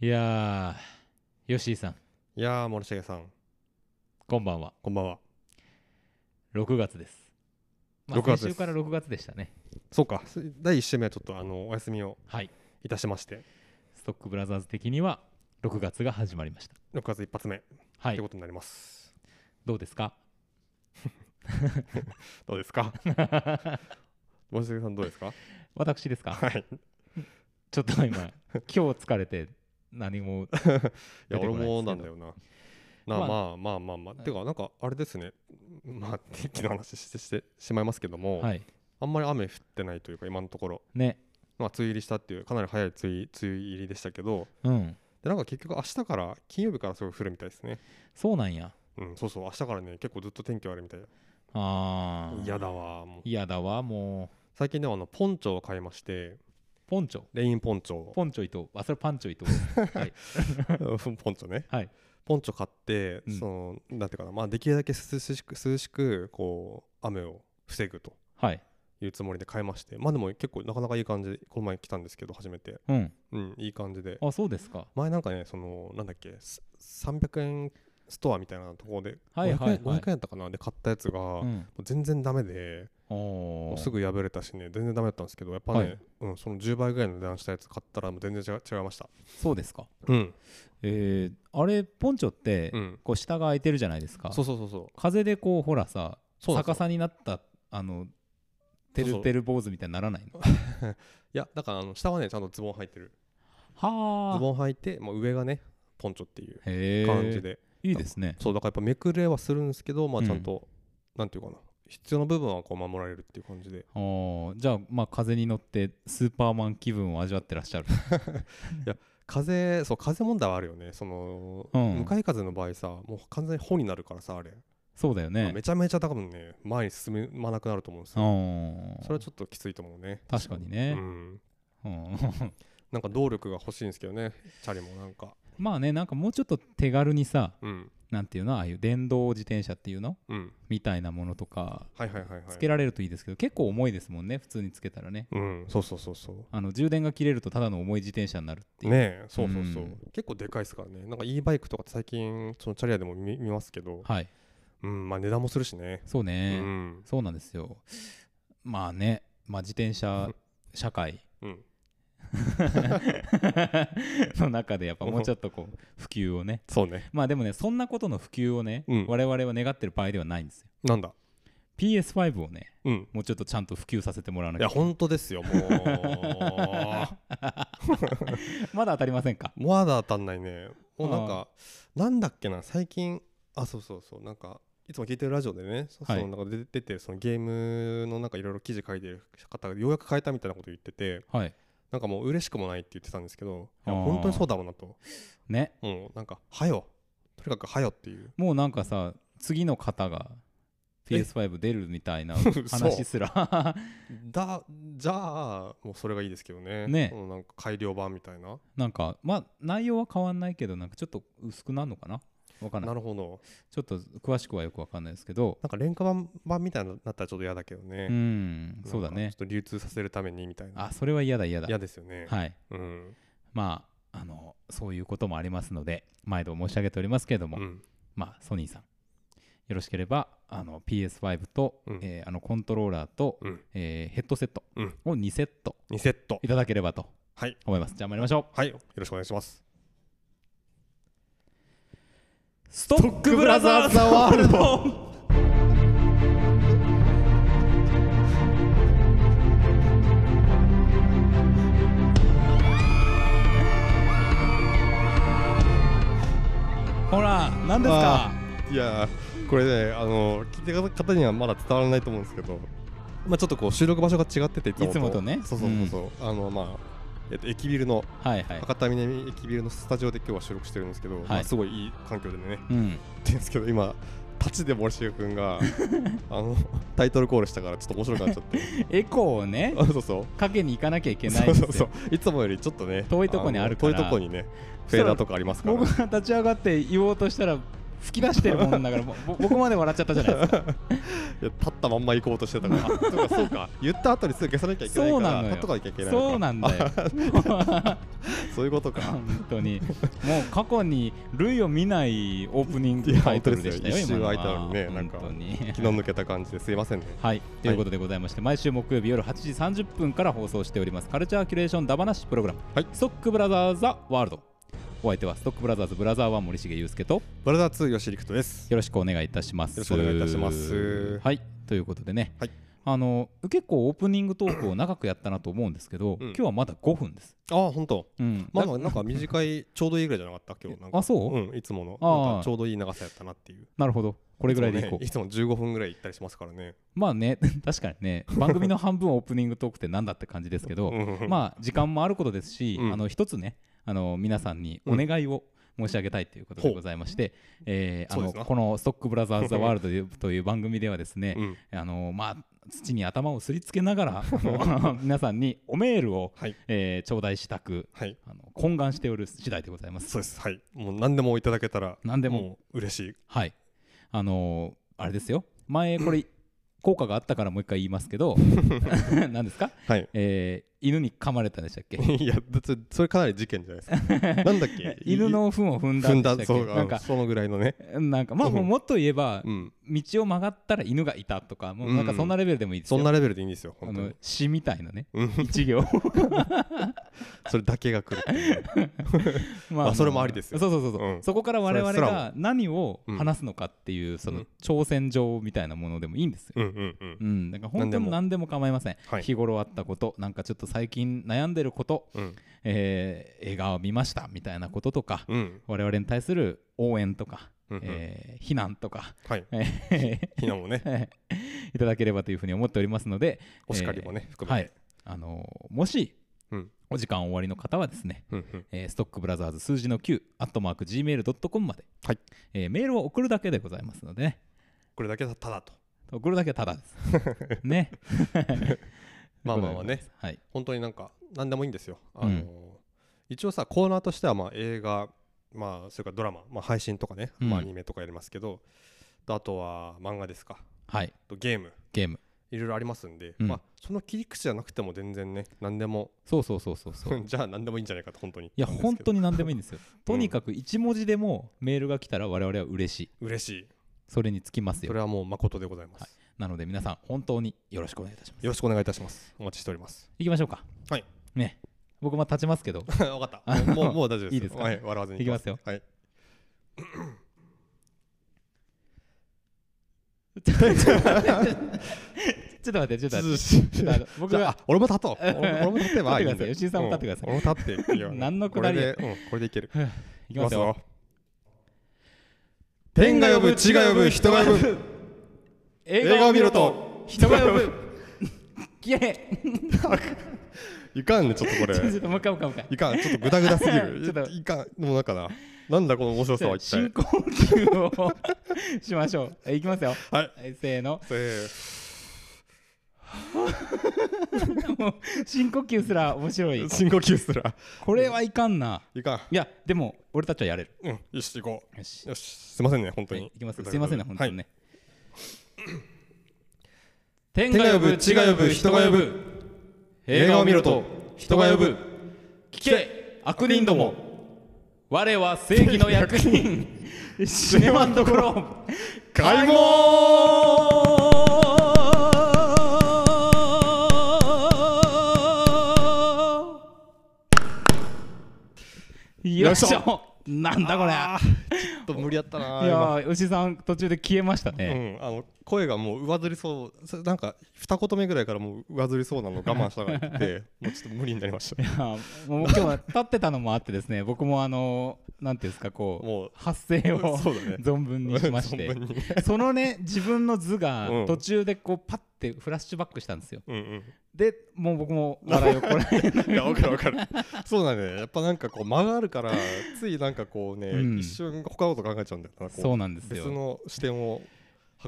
いやー、ヨッシーさん、いやー、森重さん、こんばんは。こんばんは。 6月です。まあ、 6月です先週から6月でしたね。そうか、す第1週目はちょっとあのお休みをはい。いたしまして、ストックブラザーズ的には、6月が始まりました。 6月一発目ってはこい。とになります。どうですかどうで すか森重さん、どうですか私ですか はい。いちょっと今、 今日疲れて、何も、や、出てこないですけ俺どもなんだよな。なまあまあまあまあまあ、てか、なんかあれですね、まあ、天気の話してしてしまいますけども、はい。あんまり雨降ってないというか、今のところ、ね。まあ、梅雨入りしたっていう、かなり早い梅雨梅雨入りでしたけど、うん。でなんか結局、明日から、金曜日からすごい降るみたいですね。そうなんや。うん、そうそう、明日からね、結構ずっと天気悪いみたい。あー。嫌だわ、もう。嫌だわ、も最近ではあのポンチョを買いましてう。ポンチョ。レインポンチョをポンチョイと、あ、それパン チョイと。はい。 ポンチョね、はいポンチョ買って、うんそのなんていうかな、まあ、できるだけ涼しく涼しくこう雨を防ぐとはい。いうつもりで買いましてまあでも結構なかなかいい感じでこの前来たんですけど初めてうん。うんいい感じであ、そうですか。前なんかねそのなんだっけす300円ストアみたいなところではいはいはい500円500円だったかなで買ったやつが、うもん。う全然ダメでおもーうすぐ破れたしね全然ダメだったんですけどやっぱね、はいうん、その10倍ぐらいの値段したやつ買ったらもう全然違う違いましたそうですか。うんえー、あれポンチョって、うんこう下が空いてるじゃないですかそうそうそうそう風でこうほらさそうなんです逆よさになったあのてるてる坊主みたいにならないのいやだからあの下はねちゃんとズボン履いてるズはあボン履いて、まあ、上がねポンチョっていうへえ感じで、いいですねそうだからやっぱめくれはするんですけどまあうんちゃんと、なんていうかな必要な部分はこう守られるっていう感じであーじゃあまあ風に乗ってスーパーマン気分を味わってらっしゃる風そう風問題はあるよねその、うん向かい風の場合さもう完全に帆になるからさあれ、そうだよねめちゃめちゃ多分ね前に進まなくなると思うんですあよーそれはちょっときついと思うね確かにうね、んうん なんか動力が欲しいんですけどねチャリもなんかまあねなんかもうちょっと手軽にさうんなんていうのああいう電動自転車っていうのうんみたいなものとかはいはいはいはいつけられるといいですけど、結構重いですもんね普通につけたらねうんそうそうそうそうあの充電が切れるとただの重い自転車になるっていう、ねえそうそうそう、うん結構でかいですからねなんか e バイクとかって最近そのチャリアでも見見ますけど、はいうんまあ値段もするしね、そうね、うんそうなんですよまあね、まあ、自転車社会 うんの中でやっぱもうちょっとこう普及をねそうねまあでもねそんなことの普及をね、うん我々は願ってる場合ではないんですよなんだ PS5 をねうんもうちょっとちゃんと普及させてもらわないきやゃ本当ですよも うまだ当たりませんかまだ当たんないねもうなんかなんだっけな最近あそうそうそうなんかいつも聞いてるラジオでね、そそはいのなんか出出てそのゲームのなんかいろいろ記事書いてる方がようやく変えたみたいなこと言っててはいなんかもう嬉しくもないって言ってたんですけどいやあー本当にそうだろうなとねもうなんか「はよ」とにかく「はよ」っていうもうなんかさ次の方が PS5 出るみたいな 話すらだじゃあもうそれがいいですけどねねうんなんか改良版みたいななんかまあ内容は変わんないけどなんかちょっと薄くなるのかなわかんないなるほどちょっと詳しくはよくわかんないですけどなんか廉価版版みたいになったらちょっと嫌だけどねう、んなんかそうだねちょっと流通させるためにみたいなあそれは嫌だ嫌だ嫌ですよね、はいうん、まああのそういうこともありますので毎度申し上げておりますけれども、うん、まあソニーさんよろしければあの PS5 と、うんえーあのコントローラーと、うんえーヘッドセットうんを2セット2セットいただければとはい思います、じゃあ参りましょうはいよろしくお願いしますストックブラザーズ・ザ・ワールドほら何ですかいやーこれねあの聞いてる方にはまだ伝わらないと思うんですけどまあちょっとこう収録場所が違ってていいつもとねそうそうそうそう、あのまあえっと、駅ビルのはいはい博多南駅ビルのスタジオで今日は収録してるんですけど、いまあ、すごいいい環境でねうん言ってんですけど今立ちで森重君が あのタイトルコールしたからちょっと面白くなっちゃってエコーをね あそうそうかけに行かなきゃいけないんそでうすそようそういつもよりちょっとね遠いとこにあるからの遠いとこにねフェーダーとかありますから、僕ね、が立ち上がって言おうとしたら吹き出してるもんだからもうぼ僕まで笑っちゃったじゃない ですかいや立ったまんま行こうとしてたから あそうかそうか言った後にすぐ消さなきゃいけないからそうなのよ 立っとかなきゃいけないのかそうなんだよそそういうことか 本当にもう過去に類を見ないオープニングタイトルでしたよいや今のは一周空いたのにねなんか本当 に気の抜けた感じですいませんねはい、ということでございまして、毎週木曜日夜8時30分から放送しております、カルチャーキュレーションだばなしプログラム、はいストックブラザーズ・ザ・ワールド。お相手はストックブラザーズ・ブラザー1森重裕介と、ブラザー2吉陸斗ですよろしくお願いいたします。よろしくお願いいたしますはい、ということでね、はいあの結構オープニングトークを長くやったなと思うんですけど、うん今日はまだ5分です。ああ本当うん、まあだまあなんか短いちょうどいいぐらいじゃなかった今日なんかあそう、うんいつものあーなんかちょうどいい長さやったなっていうなるほど、これぐらいでいこう。いつもねいつも15分ぐらい行ったりしますからねまあね、 確かにね、番組の半分オープニングトークってなんだって感じですけど、あまあ時間もあることですし、うんあの一つねあの皆さんにお願いを申し上げたいということでございまして、えーあそうでのすなこの「ストックブラザーズ・ザ・ワールドという」 という番組ではですね、うんあのまあ土に頭をすりつけながら あの皆さんにおメールを、はいえー頂戴したくはいあの懇願しておる次第でございます。そうですはいもう何でもいただけたら何でももう嬉しいはいあのあれですよ前 これ効果があったからもう一回言いますけど 何ですか、はいえー犬に噛まれたんでしたっけいやだってそれかなり事件じゃないで すかなんだっけ犬の糞を踏んだんでしたっけそうなんかそのぐらいのねなんかまあうんもうもっと言えばうん道を曲がったら犬がいたとかもうなんかそんなレベルでもいいですそよ、んなレベルでいいんですよあ本当のに詩みたいな ねうん一行それだけが来るっていう まあそれもありですよそうそうそうそう、うんそこから我々それすらが何を話すのかっていうそのうん挑戦状みたいなものでもいいんですよ、うんうん うんうん、だから本当に何でも構いません、はい日頃あったことなんかちょっと最近悩んでること、うんえー映画を見ましたみたいなこととか、うん我々に対する応援とか、うんうんえー避難とか、はいえー ひなもねいただければというふうに思っておりますので、お叱りもね含はめてい、あのーもし、うんお時間お終わりの方はですね、うんうんえーストックブラザーズ数字の9、アットマーク Gmail.com まで、はいえーメールを送るだけでございますのでね、これだけはただと送るだけはただ です。ね。まあまあ まあねはい。本当になんか何でもいいんですよあうの一応さコーナーとしてはまあ映画まあそれからドラマまあ配信とかねうんまあアニメとかやりますけどあとは漫画ですかはい、あとゲームゲーム。いろいろありますんでうんまあその切り口じゃなくても全然ね何でもそうそうそうそう そう。いじゃあ何でもいいんじゃないかと本当にや、本当にに何でもいいんですよ。とにかく一文字でもメールが来たら我々は嬉しい。嬉しいそれにつきますそよ。れはもう誠でございます、はなので皆さん、本当によろしくお願いいたします。よろしくお願いいたしますお待ちしております 行きましょうか。はい。ね。僕も立ちますけど、 分かったもうもうもう大丈夫ですいいですかはい、笑わずにいきますよはいちょっと待って、ちょっと待って、ちょっと待って、僕じゃあがあ俺も 立とう俺も俺も立てばいいん立ってくださでい吉井さんも立ってくださいうん俺も立っていいよ何のくだりやこれで、うん、これでいけるいきますよ。天が呼ぶ地が呼ぶ人が呼ぶ映映画を見ろと人が呼 ぶ。イエーイいかんねちょっとこ ちょれっともう一回もう一回もう一回いかんちょっとグダグダすぎ ちょっとるいいかんもうなんかななんだこの面白さは一深体呼吸をしましょう。えいきますよ。はいいせーの。せーもう深呼吸すら面白いの。深呼吸すらこれはいかんな。いかんいや、でも俺たちはやれる。うんよし行こよしう。よしすいませんね本当はに、い、いきます。すいませんね、本当にはいね。天天が呼ぶ地が呼ぶ人が呼ぶ映画を見ろと人が呼ぶ聞け悪人ども我は正義の役人死ねまんところ開門よいしょなんだこれあちょっと無理やったないいやー牛さん途中で消えましたうね、ん、あの声がもう上ずりそうそれなんか二言目ぐらいからもう上ずりそうなの我慢したからって もうちょっと無理になりましたいやもう今日は立ってたのもあってですね僕もあのなんていうんですかこうもう発声をそうだね存分にしまして存分にそのね自分の図がうん途中でこうパッてフラッシュバックしたんですようんでもう僕も笑いをこらえうん、いや分かる分かるそうだねやっぱなんかこう間があるからついなんかこうね、うん一瞬他のこと考えちゃうんだよなこ うそうなんです別よの視点を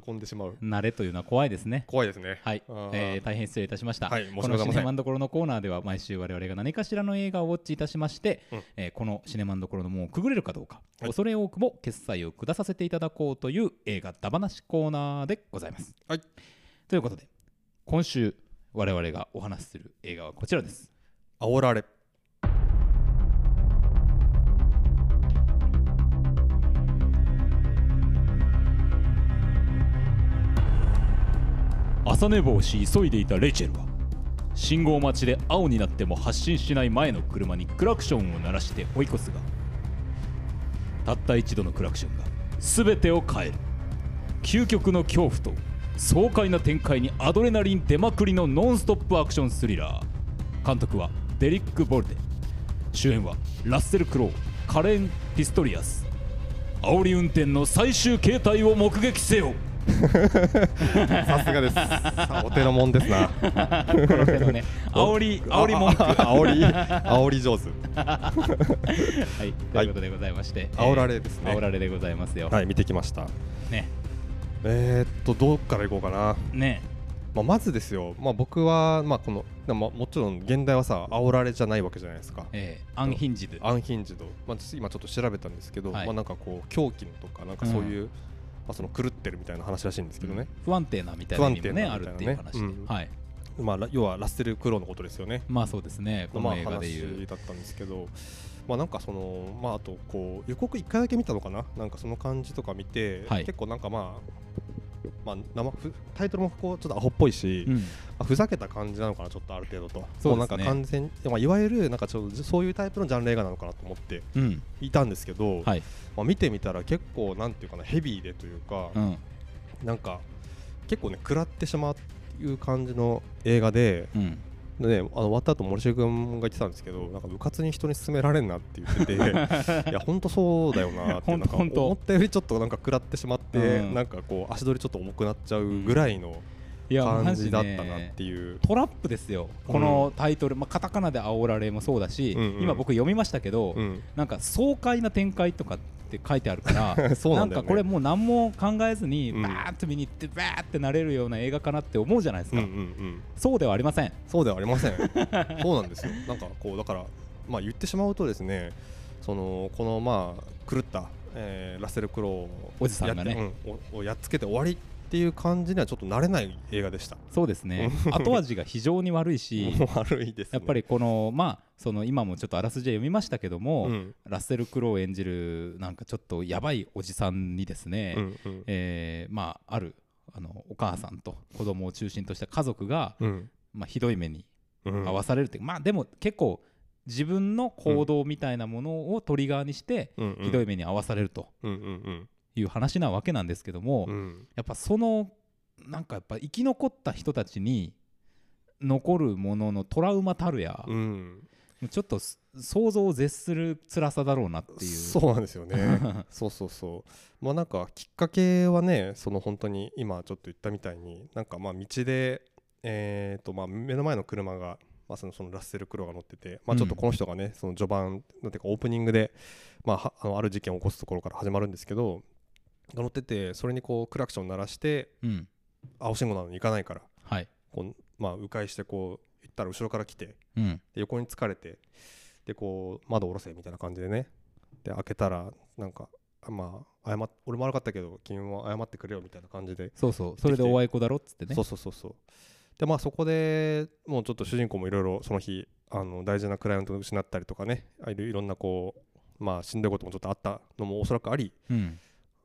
運んでしまう慣れというのは怖いですね怖いですねはいあー、えー大変失礼いたしました、はい申しこ訳のござシいませんネマンどころのコーナーでは毎週我々が何かしらの映画をウォッチいたしまして、うんえーこのシネマンどころの門をくぐれるかどうか、はい恐れ多くも決済を下させていただこうという映画だばなしコーナーでございます、はいということで今週我々がお話しする映画はこちらです煽られ朝寝坊し急いでいたレイチェルは信号待ちで青になっても発進しない前の車にクラクションを鳴らして追い越すがたった一度のクラクションが全てを変える究極の恐怖と爽快な展開にアドレナリン出まくりのノンストップアクションスリラー監督はデリック・ボルデ主演はラッセル・クロウカレン・ピストリアス煽り運転の最終形態を目撃せよさすがですさお手のもんですな この手のね煽り煽り文句はああ煽り煽り上手いということでございまして、煽られですね煽られでございますよ、はい見てきましたねえー、っとどっからいこうかな、ねまあ、まずですよ、まあ、僕は、まあ、このまあもちろん現代はさ煽られじゃないわけじゃないですかえーアンヒンジドアンヒンジド、まあ、ちょ今ちょっと調べたんですけど、はいまあ、なんかこう狂気のとかなんかそういう、まあ、その狂ってるみたいな話らしいんですけどね、不安定なみたいな意味もね不あ安る定なっみてたいいなうね話で、うんはいまあ、ら要はラッセル・クロウのことですよねまあそうですねこまのあ、映画でいう、話だったんですけど、まあ、なんかその、まあ、あとこう予告1回だけ見たのかな、なんかその感じとか見て、はい結構なんかまあ、まあ、生ふタイトルもこうちょっとアホっぽいし、うんまあふざけた感じなのかな、ちょっとある程度そと、うですねもなんか完全、まあ、いわゆるなんかちょっとそういうタイプのジャンル映画なのかなと思ってうんいたんですけど、はい、まあ、見てみたら結構、なんていうかな、ヘビーでというか、うんなんか結構ね、食らってしまう。いう感じの映画で、うん、でね、あの終わった後森重君が言ってたんですけどなんか部活に人に勧められんなって言っ てていや本当そうだよなってほんなんかほんと思ったよりちょっとなんか食らってしまって、うんなんかこう足取りちょっと重くなっちゃうぐらいのいや感マジじねだったなっていう、トラップですよこのタイトル、まあ、カタカナで煽られもそうだし、うんうん今僕読みましたけど、うんなんか爽快な展開とかって書いてあるから そうなんだよねかこれもう何も考えずにうんバーッと見に行ってバーッてなれるような映画かなって思うじゃないですうんか、うんうん、そうではありませんそうではありま せんそうなんですよなんかこうだから、まあ、言ってしまうとですねそのこのまあ狂った、えーラッセル・クロウをおじさんがねやっ,うん、おをやっつけて終わりっていう感じにはちょっとなれない映画でした。そうですね後味が非常に悪いしもう悪いです、やね、っぱりこのまあその今もちょっとあらすじは読みましたけども、うんラッセル・クロウ演じるなんかちょっとやばいおじさんにですね、うんうんえーまああるあのお母さんと子供を中心とした家族が、うんまあ、ひどい目にうん合わされるって、まあでも結構自分の行動みたいなものをトリガーにしてうんうんひどい目に合わされるとうんうんいう話なわけなんですけども、うんうんやっぱそのなんかやっぱ生き残った人たちに残るもののトラウマたるや、うもんうちょっとす想像を絶する辛さだろうなっていうそうなんで すよねそうそうそうまあなんかきっかけはねその本当に今ちょっと言ったみたいになんかまあ道でえっとまあ目の前の車がまあそのそのラッセル・クロウが乗っててまあちょっとこの人がねその序盤なんていうかオープニングでまあはあのある事件を起こすところから始まるんですけどが乗っててそれにこうクラクション鳴らしてうん青信号なのに行かないからはい、こうまあ迂回してこう行ったら後ろから来てうん、で横に疲れてでこう窓下ろせみたいな感じでねで開けたらなんかあまあ謝っ俺も悪かったけど君も謝ってくれよみたいな感じで、そうそうそれでおあいこだろっつってねそうそうそうそうでまあそこでもうちょっと主人公もいろいろその日あの大事なクライアントを失ったりとかねあいろいろんなこうまあしんどいこともちょっとあったのもおそらくありうん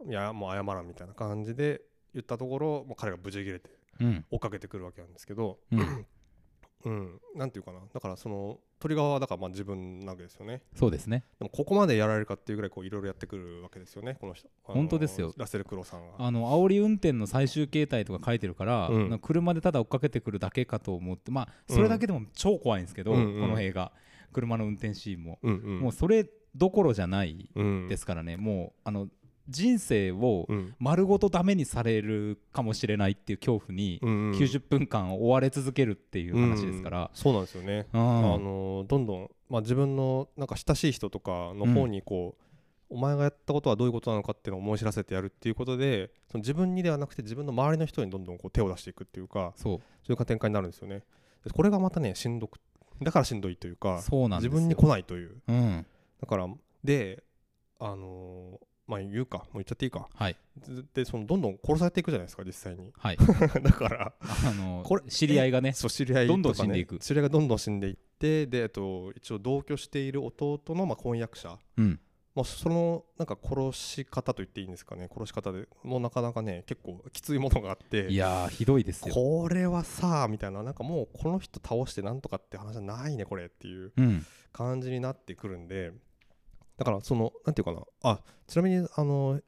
いやもう謝らんみたいな感じで言ったところもう彼が無事切れてうん追っかけてくるわけなんですけどうん、うんなんていうかなだからそのトリガーはだからまあ自分なわけですよねそうですねでもここまでやられるかっていうぐらいこういろいろやってくるわけですよねこの人あの本当ですよラッセル・クロウさんはあの煽り運転の最終形態とか書いてるから、うんなんか車でただ追っかけてくるだけかと思ってまあそれだけでも超怖いんですけど、うんうんこの映画車の運転シーンも、うんうんもうそれどころじゃないうんですからね、もうあの人生をうん丸ごとダメにされるかもしれないっていう恐怖にうんうん90分間追われ続けるっていう話ですから、そうなんですよねうあんのーどんどんまあ自分のなんか親しい人とかの方にこうお前がやったことはどういうことなのかっていうのを思い知らせてやるっていうことでその自分にではなくて自分の周りの人にどんどんこう手を出していくっていうかそうそういう展開になるんですよねでこれがまたねしんどくだからしんどいというかそうなんです自よ分に来ないといううんだからであのーまあ言うかもう言っちゃっていいかはいずでそのどんどん殺されていくじゃないですか実際に はいだからあのこれ知り合いがねそう知り合いどんどんとかね死んでいく知り合いがどんどん死んでいってでえっと一応同居している弟のまあ婚約者うんまあ、そのなんか殺し方と言っていいんですかね殺し方でもうなかなかね結構きついものがあっていやーひどいですよ、これはさあみたいななんかもうこの人倒してなんとかって話じゃないねこれっていううん、感じになってくるんでだからそのなんていうかなあちなみにあの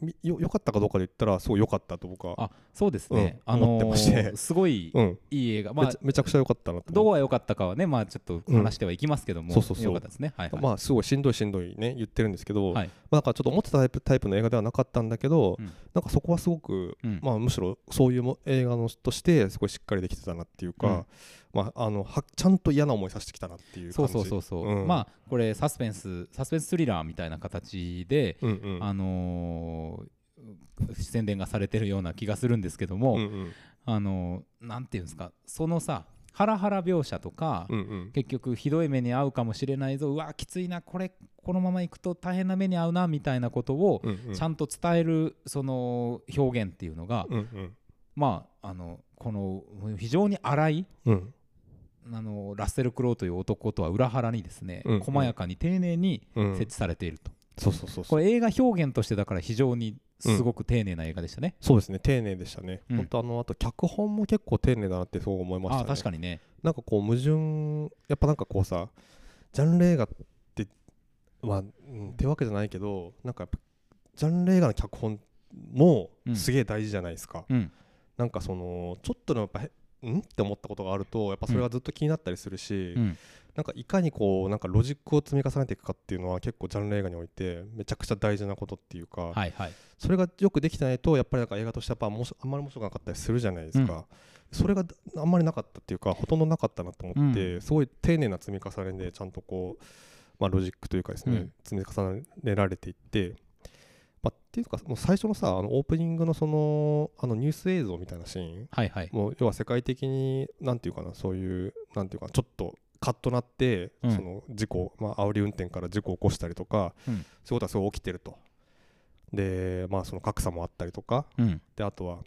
みよ良かったかどうかで言ったらすごい良かったと僕はあそうですね、うんあのー思ってましてすごいうんいい映画、まめあち、ゃめちゃくちゃ良かったなとど思ううは良かったかはねまあちょっと話してはいきますけども、うんそうそうそう良かったですねはい、はいまあすごいしんどいしんどいね言ってるんですけど、はいまあ、なんかちょっと思ってたタイプタイプの映画ではなかったんだけど、うんなんかそこはすごく、うんまあ、むしろそういうも映画のとしてすごいしっかりできてたなっていうか、まあ、あのはちゃんと嫌な思いさせてきたなっていうそ感うじそうそうそう、うんまあこれサスペンスサスペンススリラーみたいな形で、うんうんあのー宣伝がされてるような気がするんですけども、うんうんあのーなんていうんですかそのさハラハラ描写とか、うんうん結局ひどい目に遭うかもしれないぞうわきついなこれこのまま行くと大変な目に遭うなみたいなことをうんうんちゃんと伝えるその表現っていうのが、うんうんまああのこの非常に荒いうんあのラッセル・クロウという男とは裏腹にですね、うん細やかに丁寧にうん設置されていると、そうそうそうそこうれ映画表現としてだから非常にすごく丁寧な映画でしたね、そうですね丁寧でしたね、うん本当あのあと脚本も結構丁寧だなってそう思いましあたあね確かにねなんかこう矛盾やっぱなんかこうさジャンル映画ってまあ、うん、ってわけじゃないけどなんかやっぱジャンル映画の脚本もうんすげえ大事じゃないですか、うんなんかそのちょっとのやっぱへんって思ったことがあるとやっぱそれがずっと気になったりするし、うんなんかいかにこうなんかロジックを積み重ねていくかっていうのは結構ジャンル映画においてめちゃくちゃ大事なことっていうか、はいはいそれがよくできてないとやっぱりなんか映画としてやっぱもしあんまり面白くなかったりするじゃないですか、それがあんまりなかったっていうかほとんどなかったなと思って、うすごい丁寧な積み重ねでちゃんとこう、まあ、ロジックというかですね、うん積み重ねられていって、まあ、っていうかもう最初のさあのオープニングのそのあのニュース映像みたいなシーンはいはいもう要は世界的になんていうかなそういうなんていうかちょっとカッとなって、うんその事故、まあ煽り運転から事故を起こしたりとか、うんそういうことはすごい起きてるとでまあその格差もあったりとかうんであとは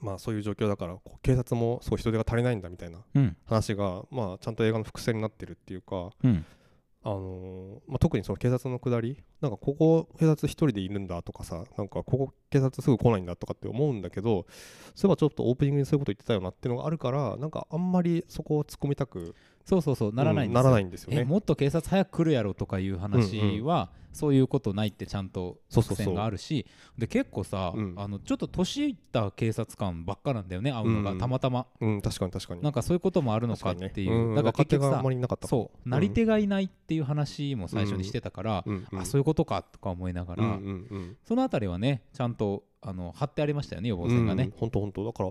まあそういう状況だからこう警察もそう人手が足りないんだみたいなうん話がまあちゃんと映画の伏線になってるっていうか、うんあのーまあ、特にその警察の下りなんかここ警察一人でいるんだとかさなんかここ警察すぐ来ないんだとかって思うんだけどそういえばちょっとオープニングにそういうこと言ってたよなっていうのがあるからなんかあんまりそこを突っ込みたくそうそうそうならないんうんですよ、ならないんですよえね。もっと警察早く来るやろとかいう話は、そういうことないってちゃんとそうそうそう伏線があるしで結構さ、うんあのちょっと年いった警察官ばっかなんだよね会うのが、うんたまたまうん、確かに確かになんかそういうこともあるのかっ確かにねていう、うんだから若結手局があさんまりいなかったう、そうなり手がいないっていう話も最初にしてたから、んん、あそういいうことかとか思いながら、うんうんうん、そのあたりはねちゃんとあの貼ってありましたよね予防線がね、本当本当だから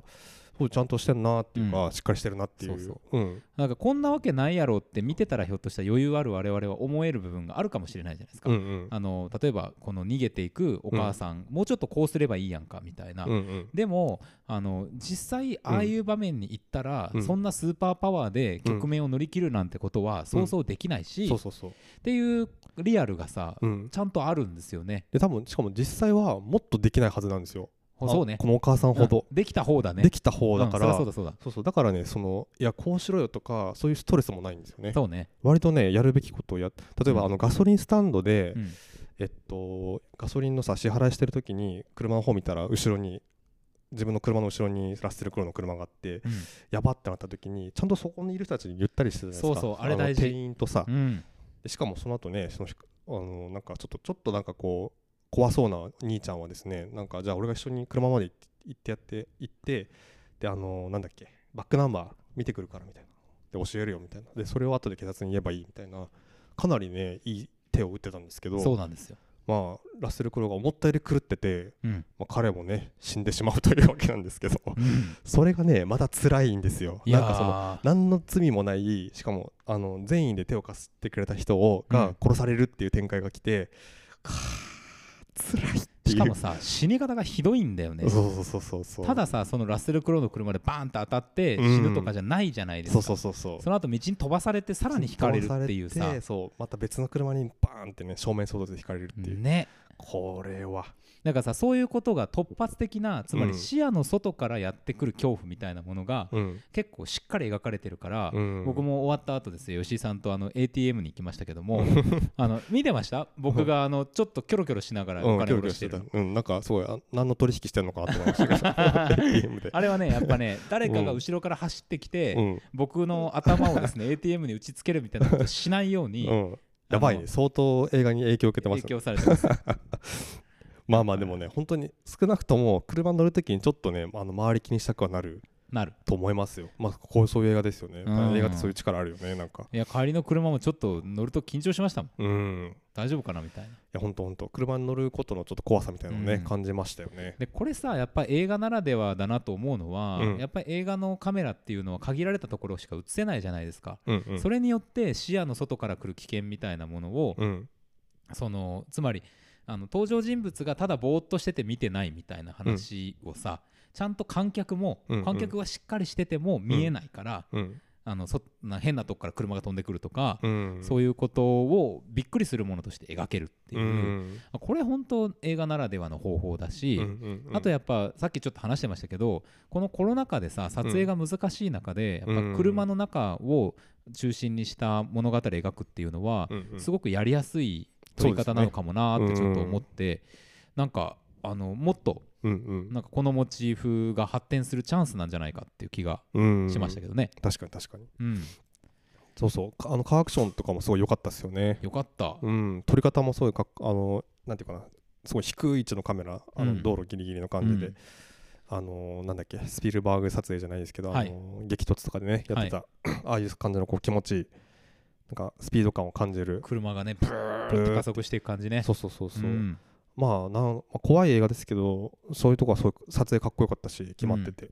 そうちゃんとしてるなっていうか、うしっかりしてるなっていうそうそうん、なんかこんなわけないやろって見てたらひょっとしたら余裕ある我々は思える部分があるかもしれないじゃないですか、うんうんあの例えばこの逃げていくお母さん、もうちょっとこうすればいいやんかみたいな、うんうんでもあの実際ああいう場面に行ったら、うんそんなスーパーパワーで局面を乗り切るなんてことは想像できないし、そうっそうそう、ていうリアルがさ、うん、ちゃんとあるんですよね。で多分しかも実際はもっとできないはずなんですよほそうねあこのお母さんほど、うんできた方だね。できた方だから、うんそりゃそそううだそうだ。そうだからねそのいやこうしろよとかそういうストレスもないんですよねそうね。割とねやるべきことをやっ例えば、うんあのガソリンスタンドで、うんえっとガソリンのさ支払いしてる時に車の方見たら後ろに自分の車の後ろにラッセルクロウの車があってやばってなった時にちゃんとそこにいる人たちに言ったりしてるじゃないですかそうそうあれ大事の店員とさうん。うんでしかもその後ねそのあのなんかちょっとちょっとなんかこう怖そうな兄ちゃんはですねなんかじゃあ俺が一緒に車まで行って行ってやって行ってであのなんだっけバックナンバー見てくるからみたいなで教えるよみたいなでそれを後で警察に言えばいいみたいなかなりねいい手を打ってたんですけどそうなんですよ。まあラッセル・クロウが思ったより狂ってて、 うん。まあ、彼もね死んでしまうというわけなんですけどそれがねまた辛いんですよいやなんかそのー何の罪もないしかもあの善意で手を貸してくれた人をうがん殺されるっていう展開が来て、かー辛いっていうしかもさ死に方がひどいんだよね。そうそうそうそうそうたださそのラッセル・クロウの車でバーンと当たってうん死ぬとかじゃないじゃないですか、そうそうそうそうその後道に飛ばされてさらに引かれるっていう飛ばさされてそうまた別の車にバーンってね正面衝突で引かれるっていう、ねこれはだからさそういうことが突発的なつまうりん視野の外からやってくる恐怖みたいなものがうん、結構しっかり描かれてるから、うん僕も終わった後ですよ吉井さんとあの ATM に行きましたけどもあの見てました僕があのちょっとキョロキョロしながらおうん、キ金ョをロ下キョろロしてる、してた、うん、なんかすごいあ何の取引してんのかなと思い ましたけど ATM で、あれはねやっぱ ね誰かが後ろから走ってきて、うん僕の頭をですね ATM に打ちつけるみたいなことしないように、うん、やばあいねの相当映画に影響を受けてます影響されてますまあまあでもね本当に少なくとも車乗るときにちょっとねあの周り気にしたくはなるなると思いますよまあこうそういう映画ですよね、うん映画ってそういう力あるよねなんかいや帰りの車もちょっと乗ると緊張しましたもんうん大丈夫かなみたいないや本当本当車に乗ることのちょっと怖さみたいなのをね、うん感じましたよねでこれさやっぱ映画ならではだなと思うのは、うんやっぱり映画のカメラっていうのは限られたところしか映せないじゃないですか、うんうんそれによって視野の外から来る危険みたいなものを、うんそのつまりあの登場人物がただぼーっとしてて見てないみたいな話をさ、ちゃんと観客も、うんうん観客がしっかりしてても見えないから、うんあのそな変なとこから車が飛んでくるとか、うんそういうことをびっくりするものとして描けるっていう、うんあこれ本当映画ならではの方法だし、うんうんうんあとやっぱさっきちょっと話してましたけどこのコロナ禍でさ撮影が難しい中で、うんやっぱ車の中を中心にした物語を描くっていうのは、うんうんすごくやりやすい撮り方なのかもなーってちょっと思って、なんかあのもっとうんなんかこのモチーフが発展するチャンスなんじゃないかっていう気がうんうんしましたけどね、確かに確かにうんそうそうかあのカーアクションとかもすごい良かったですよねよかった、うん、撮り方もすごいかっあのなんていうかなすごい低い位置のカメラあうのん道路ギリギリの感じで、うんあのなんだっけスピルバーグ撮影じゃないですけど、はいあの激突とかでねやってた、 ああいう感じのこう気持ちいいなんかスピード感を感じる、車がねブーッと加速していく感じねそうそうそうそう、うんまあなんまあ怖い映画ですけどそういうとこはすごい撮影かっこよかったし決まってて、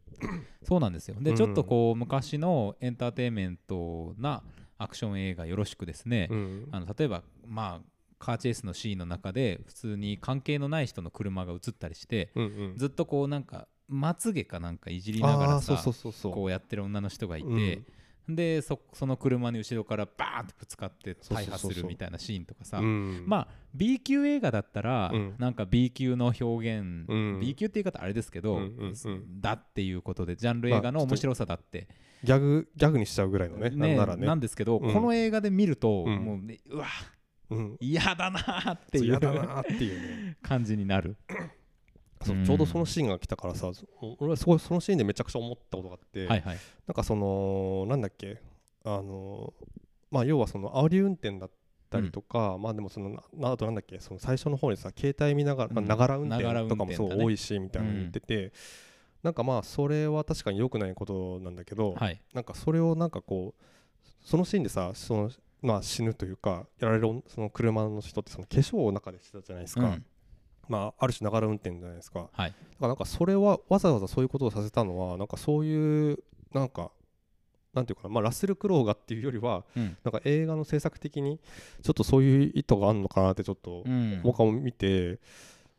そうなんですよで、うんちょっとこう昔のエンターテインメントなアクション映画よろしくですね、うんあの例えばまあカーチェイスのシーンの中で普通に関係のない人の車が映ったりして、うんうんずっとこうなんかまつげかなんかいじりながあらーさそうそうそうそうこうやってる女の人がいて、でそその車に後ろからバーンってぶつかって大破すそうそうそうるそうみたいなシーンとかさ、うんうん、まあ B 級映画だったら、うんなんか B 級の表現、うん B 級って言い方あれですけど、うんうんうんだっていうことでジャンル映画の面白さだって、ギャグギャグにしちゃうぐらいのねなんならねなんですけど、うんこの映画で見ると、うんもう、ね、うわうん、嫌だなーってい嫌うだなーっていう ね感じになる。そううんちょうどそのシーンが来たからさそ俺はすごいそのシーンでめちゃくちゃ思ったことがあって、はいはい、なんかそのなんだっけあのまあ要はその煽り運転だったりとか、まあでもそのななあとなんだっけその最初の方にさ携帯見ながら、まあうんながら運ながら転運と転かだもねそう多いしみたいなの言ってて、なんかまあそれは確かに良くないことなんだけど、はい、なんかそれをなんかこうそのシーンでさそのまあ死ぬというかやられるその車の人ってその化粧を中でしてたじゃないですか、うんまあある種ながら運転じゃないですか。はいだからなんかそれはわざわざそういうことをさせたのはなんかそういうなんかなんていうかな、まあ、ラッセル・クロウがっていうよりはうんなんか映画の制作的にちょっとそういう意図があるのかなってちょっとうん僕は見て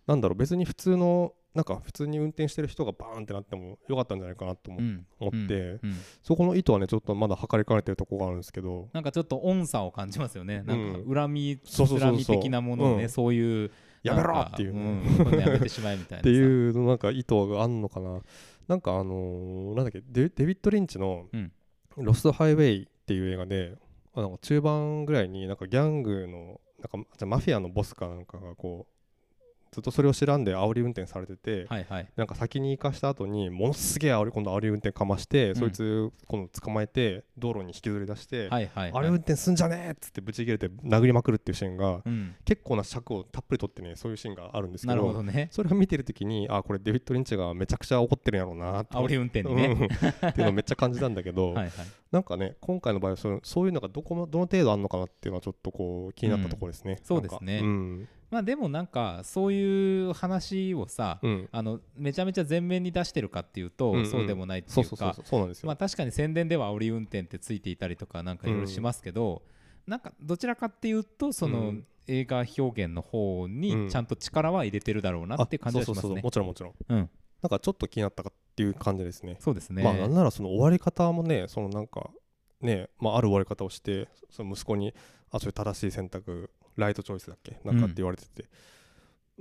なんだろう別に普通のなんか普通に運転してる人がバーンってなってもよかったんじゃないかなと思うん思って、うんそこの意図はねちょっとまだ測りかねてるとこがあるんですけどなんかちょっと音差を感じますよね、なんうか恨み、そうそうそうそう恨み的なものをね、うんそういう、やめろなんかっていうね、んこんなやめてしまえみたいなさ。っていうのなんか意図があんのかななんかあのーなんだっけデデビッド・リンチのうん「ロスト・ハイウェイ」っていう映画で、あなんか中盤ぐらいになんかギャングのなんかじゃあマフィアのボスかなんかがこうずっとそれを知らんで煽り運転されてて、はいはい、なんか先に行かした後にものすげえ煽り今度煽り運転かまして、んそいつ今度捕まえて道路に引きずり出して、はいはい、あれ運転すんじゃねえっつってぶち切れて殴りまくるっていうシーンがうん、結構な尺をたっぷりとってねそういうシーンがあるんですけなるほどね、それを見てるときにあこれデビッド・リンチがめちゃくちゃ怒ってるんやろうなって 煽り運転にうね。んっていうのをめっちゃ感じたんだけ ど、はいはい、なんかね今回の場合はそうそういうのがどこもどの程度あるのかなっていうのはちょっとこう気になったところですね、そうですねなんかまあでもなんかそういう話をさ、うん、うん、あのめちゃめちゃ前面に出してるかっていうと、うんうんそうでもないってそいううそうそうかそうそうなんですよ、まあ確かに宣伝では煽り運転ってついていたりとかなんかいろいろしますけど、なんかどちらかっていうとその、うん映画表現の方うんにちゃんと力は入れてるだろうなっていう感じはしますそうそうそうね。もちろんもちろんうん、なんかちょっと気になったかっていう感じですねそうですね。まあなんならその終わり方もねそのなんかね、まあ、ある終わり方をしてその息子に「あそれ正しい選択ライトチョイスだっけ?」なんかって言われてて、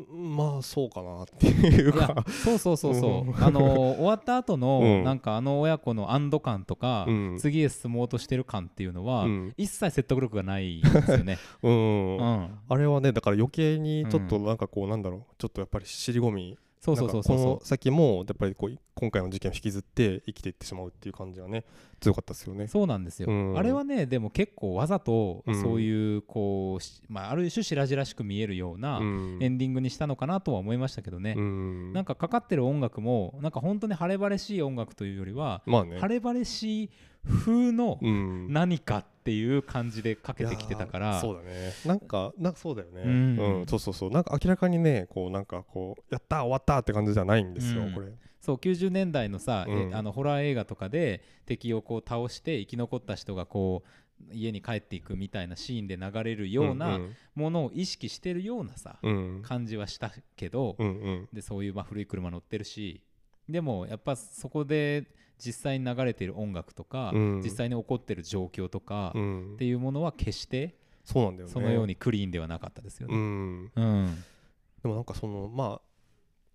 まあそうかなっていういやかそうそうそうそううあの終わった後うんのなんかあの親子の安堵感とか うん次へ進もうとしてる感っていうのはうん一切説得力がないんですよねうん、うんあれはねだから余計にちょっとなんかこうなんだろう、ちょっとやっぱり尻込みそうそうそうなんかそうこその先もやっぱりこう今回の事件を引きずって生きていってしまうっていう感じはね強かったですよねう。そうなんですよ、うんあれはねでも結構わざとうんそういうこう、しまあ、ある種白々しく見えるようなうんエンディングにしたのかなとは思いましたけどね、うんなんかかかってる音楽もなんか本当に晴れ晴れしい音楽というよりは、まあね、晴れ晴れしい風のうん何かっていう感じでかけてきてたかいやらーそうだねなんかなそうだよねううんん、そうそうそうなんか明らかにねこうなんかこうやったー終わったーって感じじゃないんですよ、うんこれそう90年代のさ、えうんあのホラー映画とかで敵をこう倒して生き残った人がこう家に帰っていくみたいなシーンで流れるよううなんものを意識してるようなさ、うん感じはしたけど、うんうんでそういうまあ古い車乗ってるしでもやっぱそこで実際に流れている音楽とか、うん実際に起こってる状況とか、うっんていうものは決してそうなんだよねそのようにクリーンではなかったですようね。んうんでもなんかそのまあ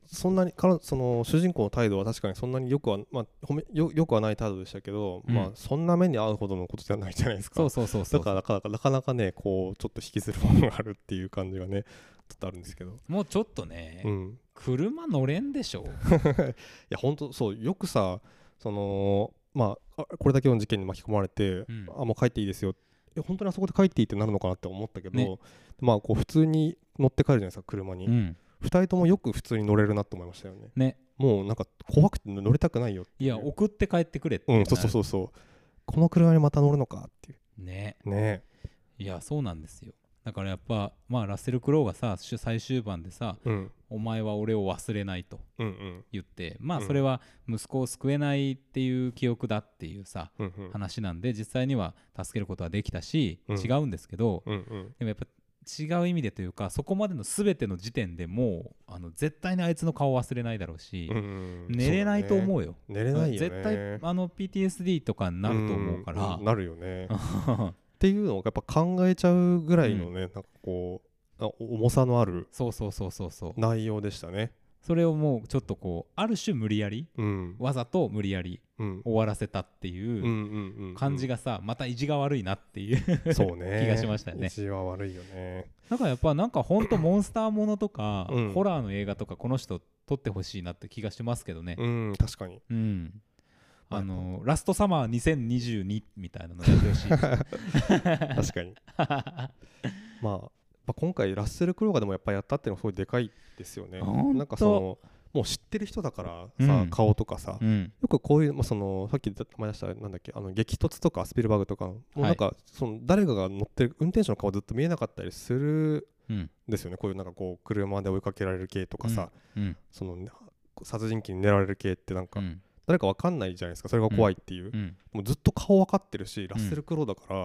そんなにからその主人公の態度は確かにそんなによくは、まあ、褒めよよくはない態度でしたけど、うんまあそんな目に遭うほどのことじゃないじゃないですかそうそうそうそだうからなかなかなかなかねこうちょっと引きずるものがあるっていう感じがねちょっとあるんですけど、もうちょっとね、うん、車乗れんでしょいや本当そうよくさそのまああこれだけの事件に巻き込まれて、うんあもう帰っていいですよえ本当にあそこで帰っていいってなるのかなって思ったけど、ねまあこう普通に乗って帰るじゃないですか車に、う二ん人ともよく普通に乗れるなって思いましたよねねもうなんか怖くて乗れたくないよっていや送って帰ってくれってうんそうそうそうそうこの車にまた乗るのかっていうねうねいやそうなんですよだからやっぱまあラッセル・クロウがさし最終盤でさえ、うん、 「お前は俺を忘れない」とうんうん言ってまあうんそれは息子を救えないっていう記憶だっていうさうんうん話なんで実際には助けることはできたしうん違うんですけどうんうんでもやっぱ違う意味でというかそこまでの全ての時点でもうあの絶対にあいつの顔忘れないだろうしうんうん寝れないと思ううよ。だね寝れないよね絶対あの PTSD とかになると思うから、んんなるよね そっていうのをやっぱ考えちゃうぐらいのね、なんかこうあお重さのあるうそうそうそうそう内容でしたね。それをもうちょっとこうある種無理やりうん、わざと無理やりうん、終わらせたってうんういうんうんうん、感じがさまた意地が悪いなっていう そうね気がしましたよね意地は悪いよね。だからやっぱなんかほんとモンスターものとか、うんホラーの映画とかこの人撮ってほしいなって気がしますけどねうん確かに。うん、あのラストサマー2022みたいなのやってほしい確 かに。まあやっぱ今回ラッセル・クロウがでもやっぱやったっていうのはすごいでかいですよね。ほんとなんかそのもう知ってる人だからさ、うん顔とかさ、うんよく こういう、まあ、そのさっき思い出したなんだっけあの激突とかスピルバーグとかもうなんか、その誰かが乗ってる運転手の顔ずっと見えなかったりするうんですよねこういうなんかこう車で追いかけられる系とかさ、うんそのね殺人鬼に狙われる系ってなんうかん誰かわかんないじゃないですかそれが怖いっていう、うんもうずっと顔わかってるしラッセル・クロウだから、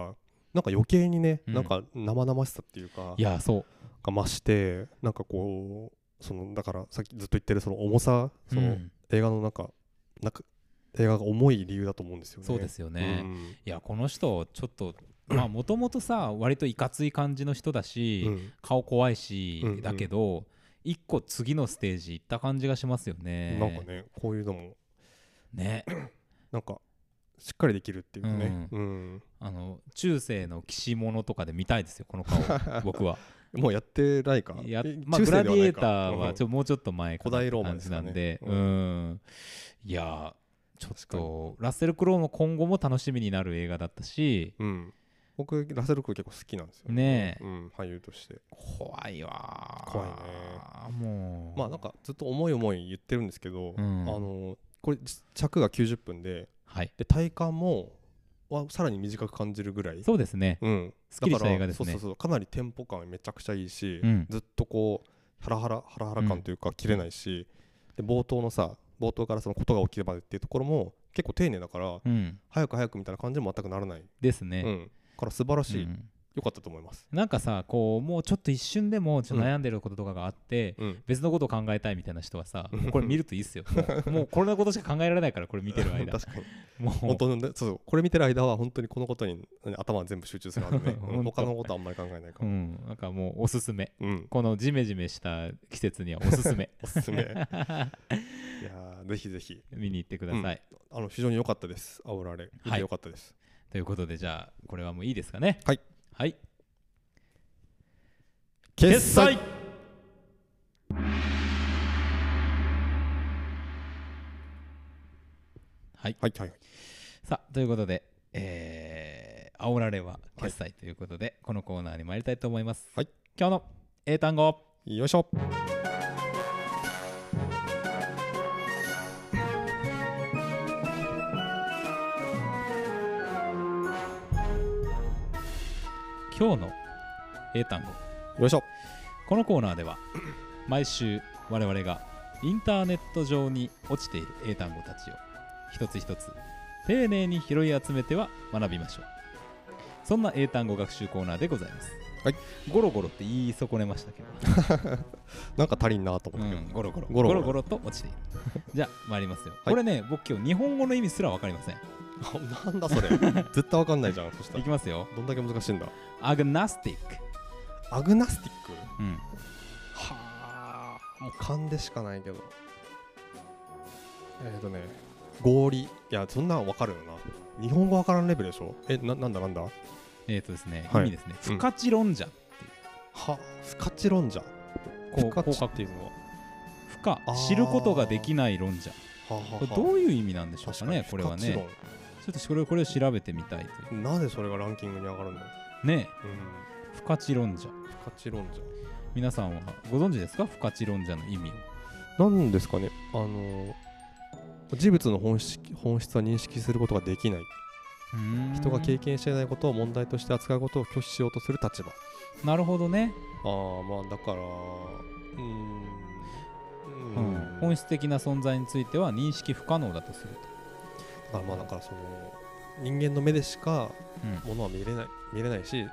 なんか余計にね、うんなんか生々しさっていうかいやそうが増してなんかこうそのだからさっきずっと言ってるその重さその、うん映画のなんかなんか映画が重い理由だと思うんですよねそうですよね、うんいやこの人ちょっとまあもともとさ割といかつい感じの人だし、うん顔怖いし、うんうんだけど一個次のステージ行った感じがしますよねなんかねこういうのもねなんかしっかりできるっていうかね、うんあの中世の騎士物とかで見たいですよこの 顔僕はもうやってないかやえ、まあ、中グ世ラでデはィなエいーかターはちょっとうんもうちょっと前かな古代ローマっでてす感じかねなんで、ううんんいやちょっとラッセル・クロウの今後も楽しみになる映画だったしうん僕ラセル・クロウ結構好きなんですよねえうん、俳優として怖いわー怖いねもうまあなんかずっと思い思い言ってるんですけど、うんあのこれ実着が90分ではいで体感もはさらに短く感じるぐらいそうですねうん、すっきりしただから映画ですねそうそうそうかなりテンポ感めちゃくちゃいいし、うんずっとこうハラハラハラハラ感というか切れないし、で冒頭のさ冒頭からそのことが起きるまでっていうところも結構丁寧だから、うん早く早くみたいな感じも全くならない、ですうね、ん、から素晴らしいうん良かったと思います。なんかさこうもうちょっと一瞬でもちょっと悩んでることとかがあって、 うん、別のことを考えたいみたいな人はさうんもうこれ見るといいっすよもうもうこれのことしか考えられないからこれ見てる間確かにも本う、当にねそうそうこれ見てる間は本当にこのことにうん頭全部集中するはずね本うん当他のことあんまり考えないかうら、んなんかもうおすすめうん、このジメジメした季節にはおすす めおすすめいやーぜひぜひ見に行ってください、あの非常に良かったです煽られ見はいて良かったです、ということでじゃあこれはもういいですかねはい、はい、決済はい、はいはいさあということでえー、煽られは決済ということで、このコーナーに参りたいと思います、はい、今日の英単語よいしょ今日の英単語よいしょこのコーナーでは毎週我々がインターネット上に落ちている英単語たちを一つ一つ丁寧に拾い集めては学びましょうそんな英単語学習コーナーでございます、はい、ゴロゴロって言い損ねましたけど、なんか足りんなとう思ったけど、ん、ゴロゴロゴロゴロと落ちて いるじゃあ参りますよ、いこれね僕今日日本語の意味すら分かりませんあなんだそれ絶対わかんないじゃんそしたいらきますよどんだけ難しいんだアグナスティック、アグナスティックうん、はあもう勘でしかないけどえっ、ー、とね合理いやそんなんわかるよな日本語わからんレベルでしょえななんだなんだはえっ、ー、とですね、はい意味ですねうん不可知論者、不可知論者こう不可知こう書くっていうのは不可知ることができない論者はあはあはこれあどういう意味なんでしょうかね確これは不可知ねちょっとこれこれを調べてみたいとい論なぜそれがランキングに上がるのうねうん不可知論者不可知論者皆さんはご存知ですか不可知論者の意味をなんですかねあの事物の本質本質は認識することができない人が経験していないことを問題として扱うことを拒否しようとする立場なるほどね、ああまあだからうーんううんん本質的な存在については認識不可能だとすると、だからまあだからその人間の目でしかうんものは見れない見れないし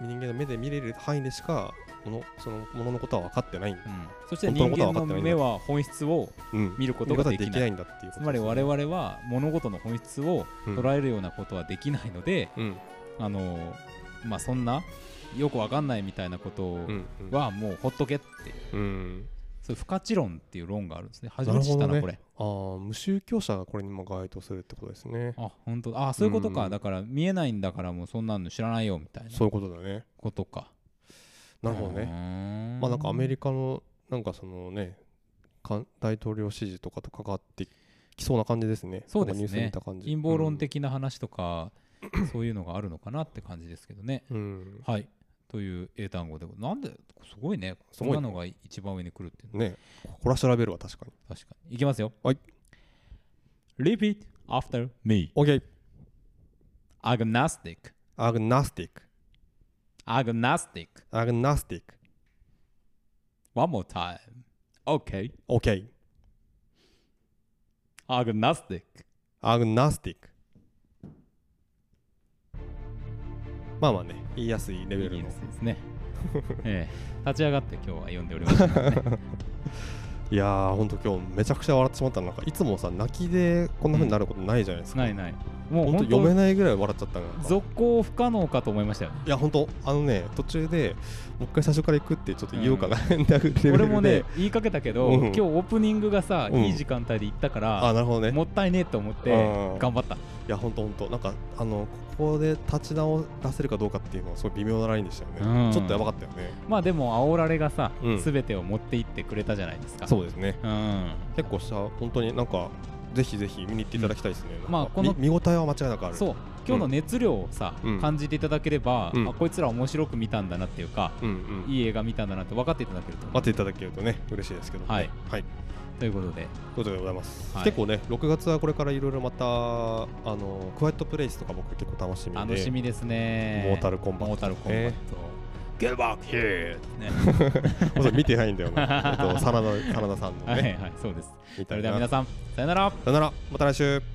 人間の目で見れる範囲でしかものそのもののことは分かってないんだうんそして人本当の間ことは分かのってないんだ目は本質をうん見ることができ見ることはできなないいんだっていうこつとまりですね我々は物事の本質をうん捉えるようなことはできないので、うんあのーまあそんなよくわかんないみたいなことうんうんはもうほっとけっていううんそういう不可知論っていう論があるんですね。初めて知ったな、なるこほれ。どああ無宗教者がこれにも該当するってことですねあ、本当だあ、そういうことか。うんだから見えないんだからもうそんなの知らないよみたいなそういうことだねことか。なるほどねねまあなんかアメリカのなんかそのねかん大統領支持とかと関わってきそうな感じですねそうですねなんかニュース見た感じ陰謀論的な話とか、そういうのがあるのかなって感じですけどね。うん、うんはい。という英単語で。なんで、すごいね。すそごんいなねのが一番上に来るっていうのねこれは調べるわ確かに確かに。いきますよ。はい。 Repeat after me. OK Agnostic. アグナスティック Agnostic. アグナスティック One more time. Okay. OK Agnostic. アグナスティックまあまあね言いやすいレベいルいのです ね。ええ、立ち上がって今日は読んでおりますからね。いやーほんと今日めちゃくちゃ笑ってしまったなんかいつもさ泣きでこんな風になることないじゃないですか、ないない。もうほんと本読め当ないぐらい笑っちゃったから続行不可能かと思いましたよ。いや本当あのね途中でもう一回最初から行くってちょっと言おうかな、ん、レベルで俺もね言いかけたけど、うん今日オープニングがさ、うんいい時間帯で行ったか あら、なるほどねもったいねえと思ってうん頑張った。いや本当本当なんかあのここで立ち直らせるかどうかっていうのはすごい微妙なラインでしたよね、うんちょっとやばかったよねまあでも煽られがさうん、すべてを持って行ってくれたじゃないですか。。そううですねん。結構さ本当になんかぜひぜひ見に行っていただきたいですね、なんかまあこの見見応えは間違いなくあるそう今日の熱量をさ、うん感じていただければ、うんあこいつら面白く見たんだなっていうか、うんうんいい映画見たんだなって分かっていただけると思待うっていただけるとね嬉しいですけど、はい、はい、ということでということでございます、はい結構ね6月はこれからいろいろまたあのクワイエットプレイスとか僕結構楽しみで楽しみですねモータルコンバットモータルコンバット。Get back here! ね、 ごめん見てないんだよな。えっと、真田真田さんのはいね、はい、そうです。そみたれいでな。は皆ささん、さよならよなら、また来週。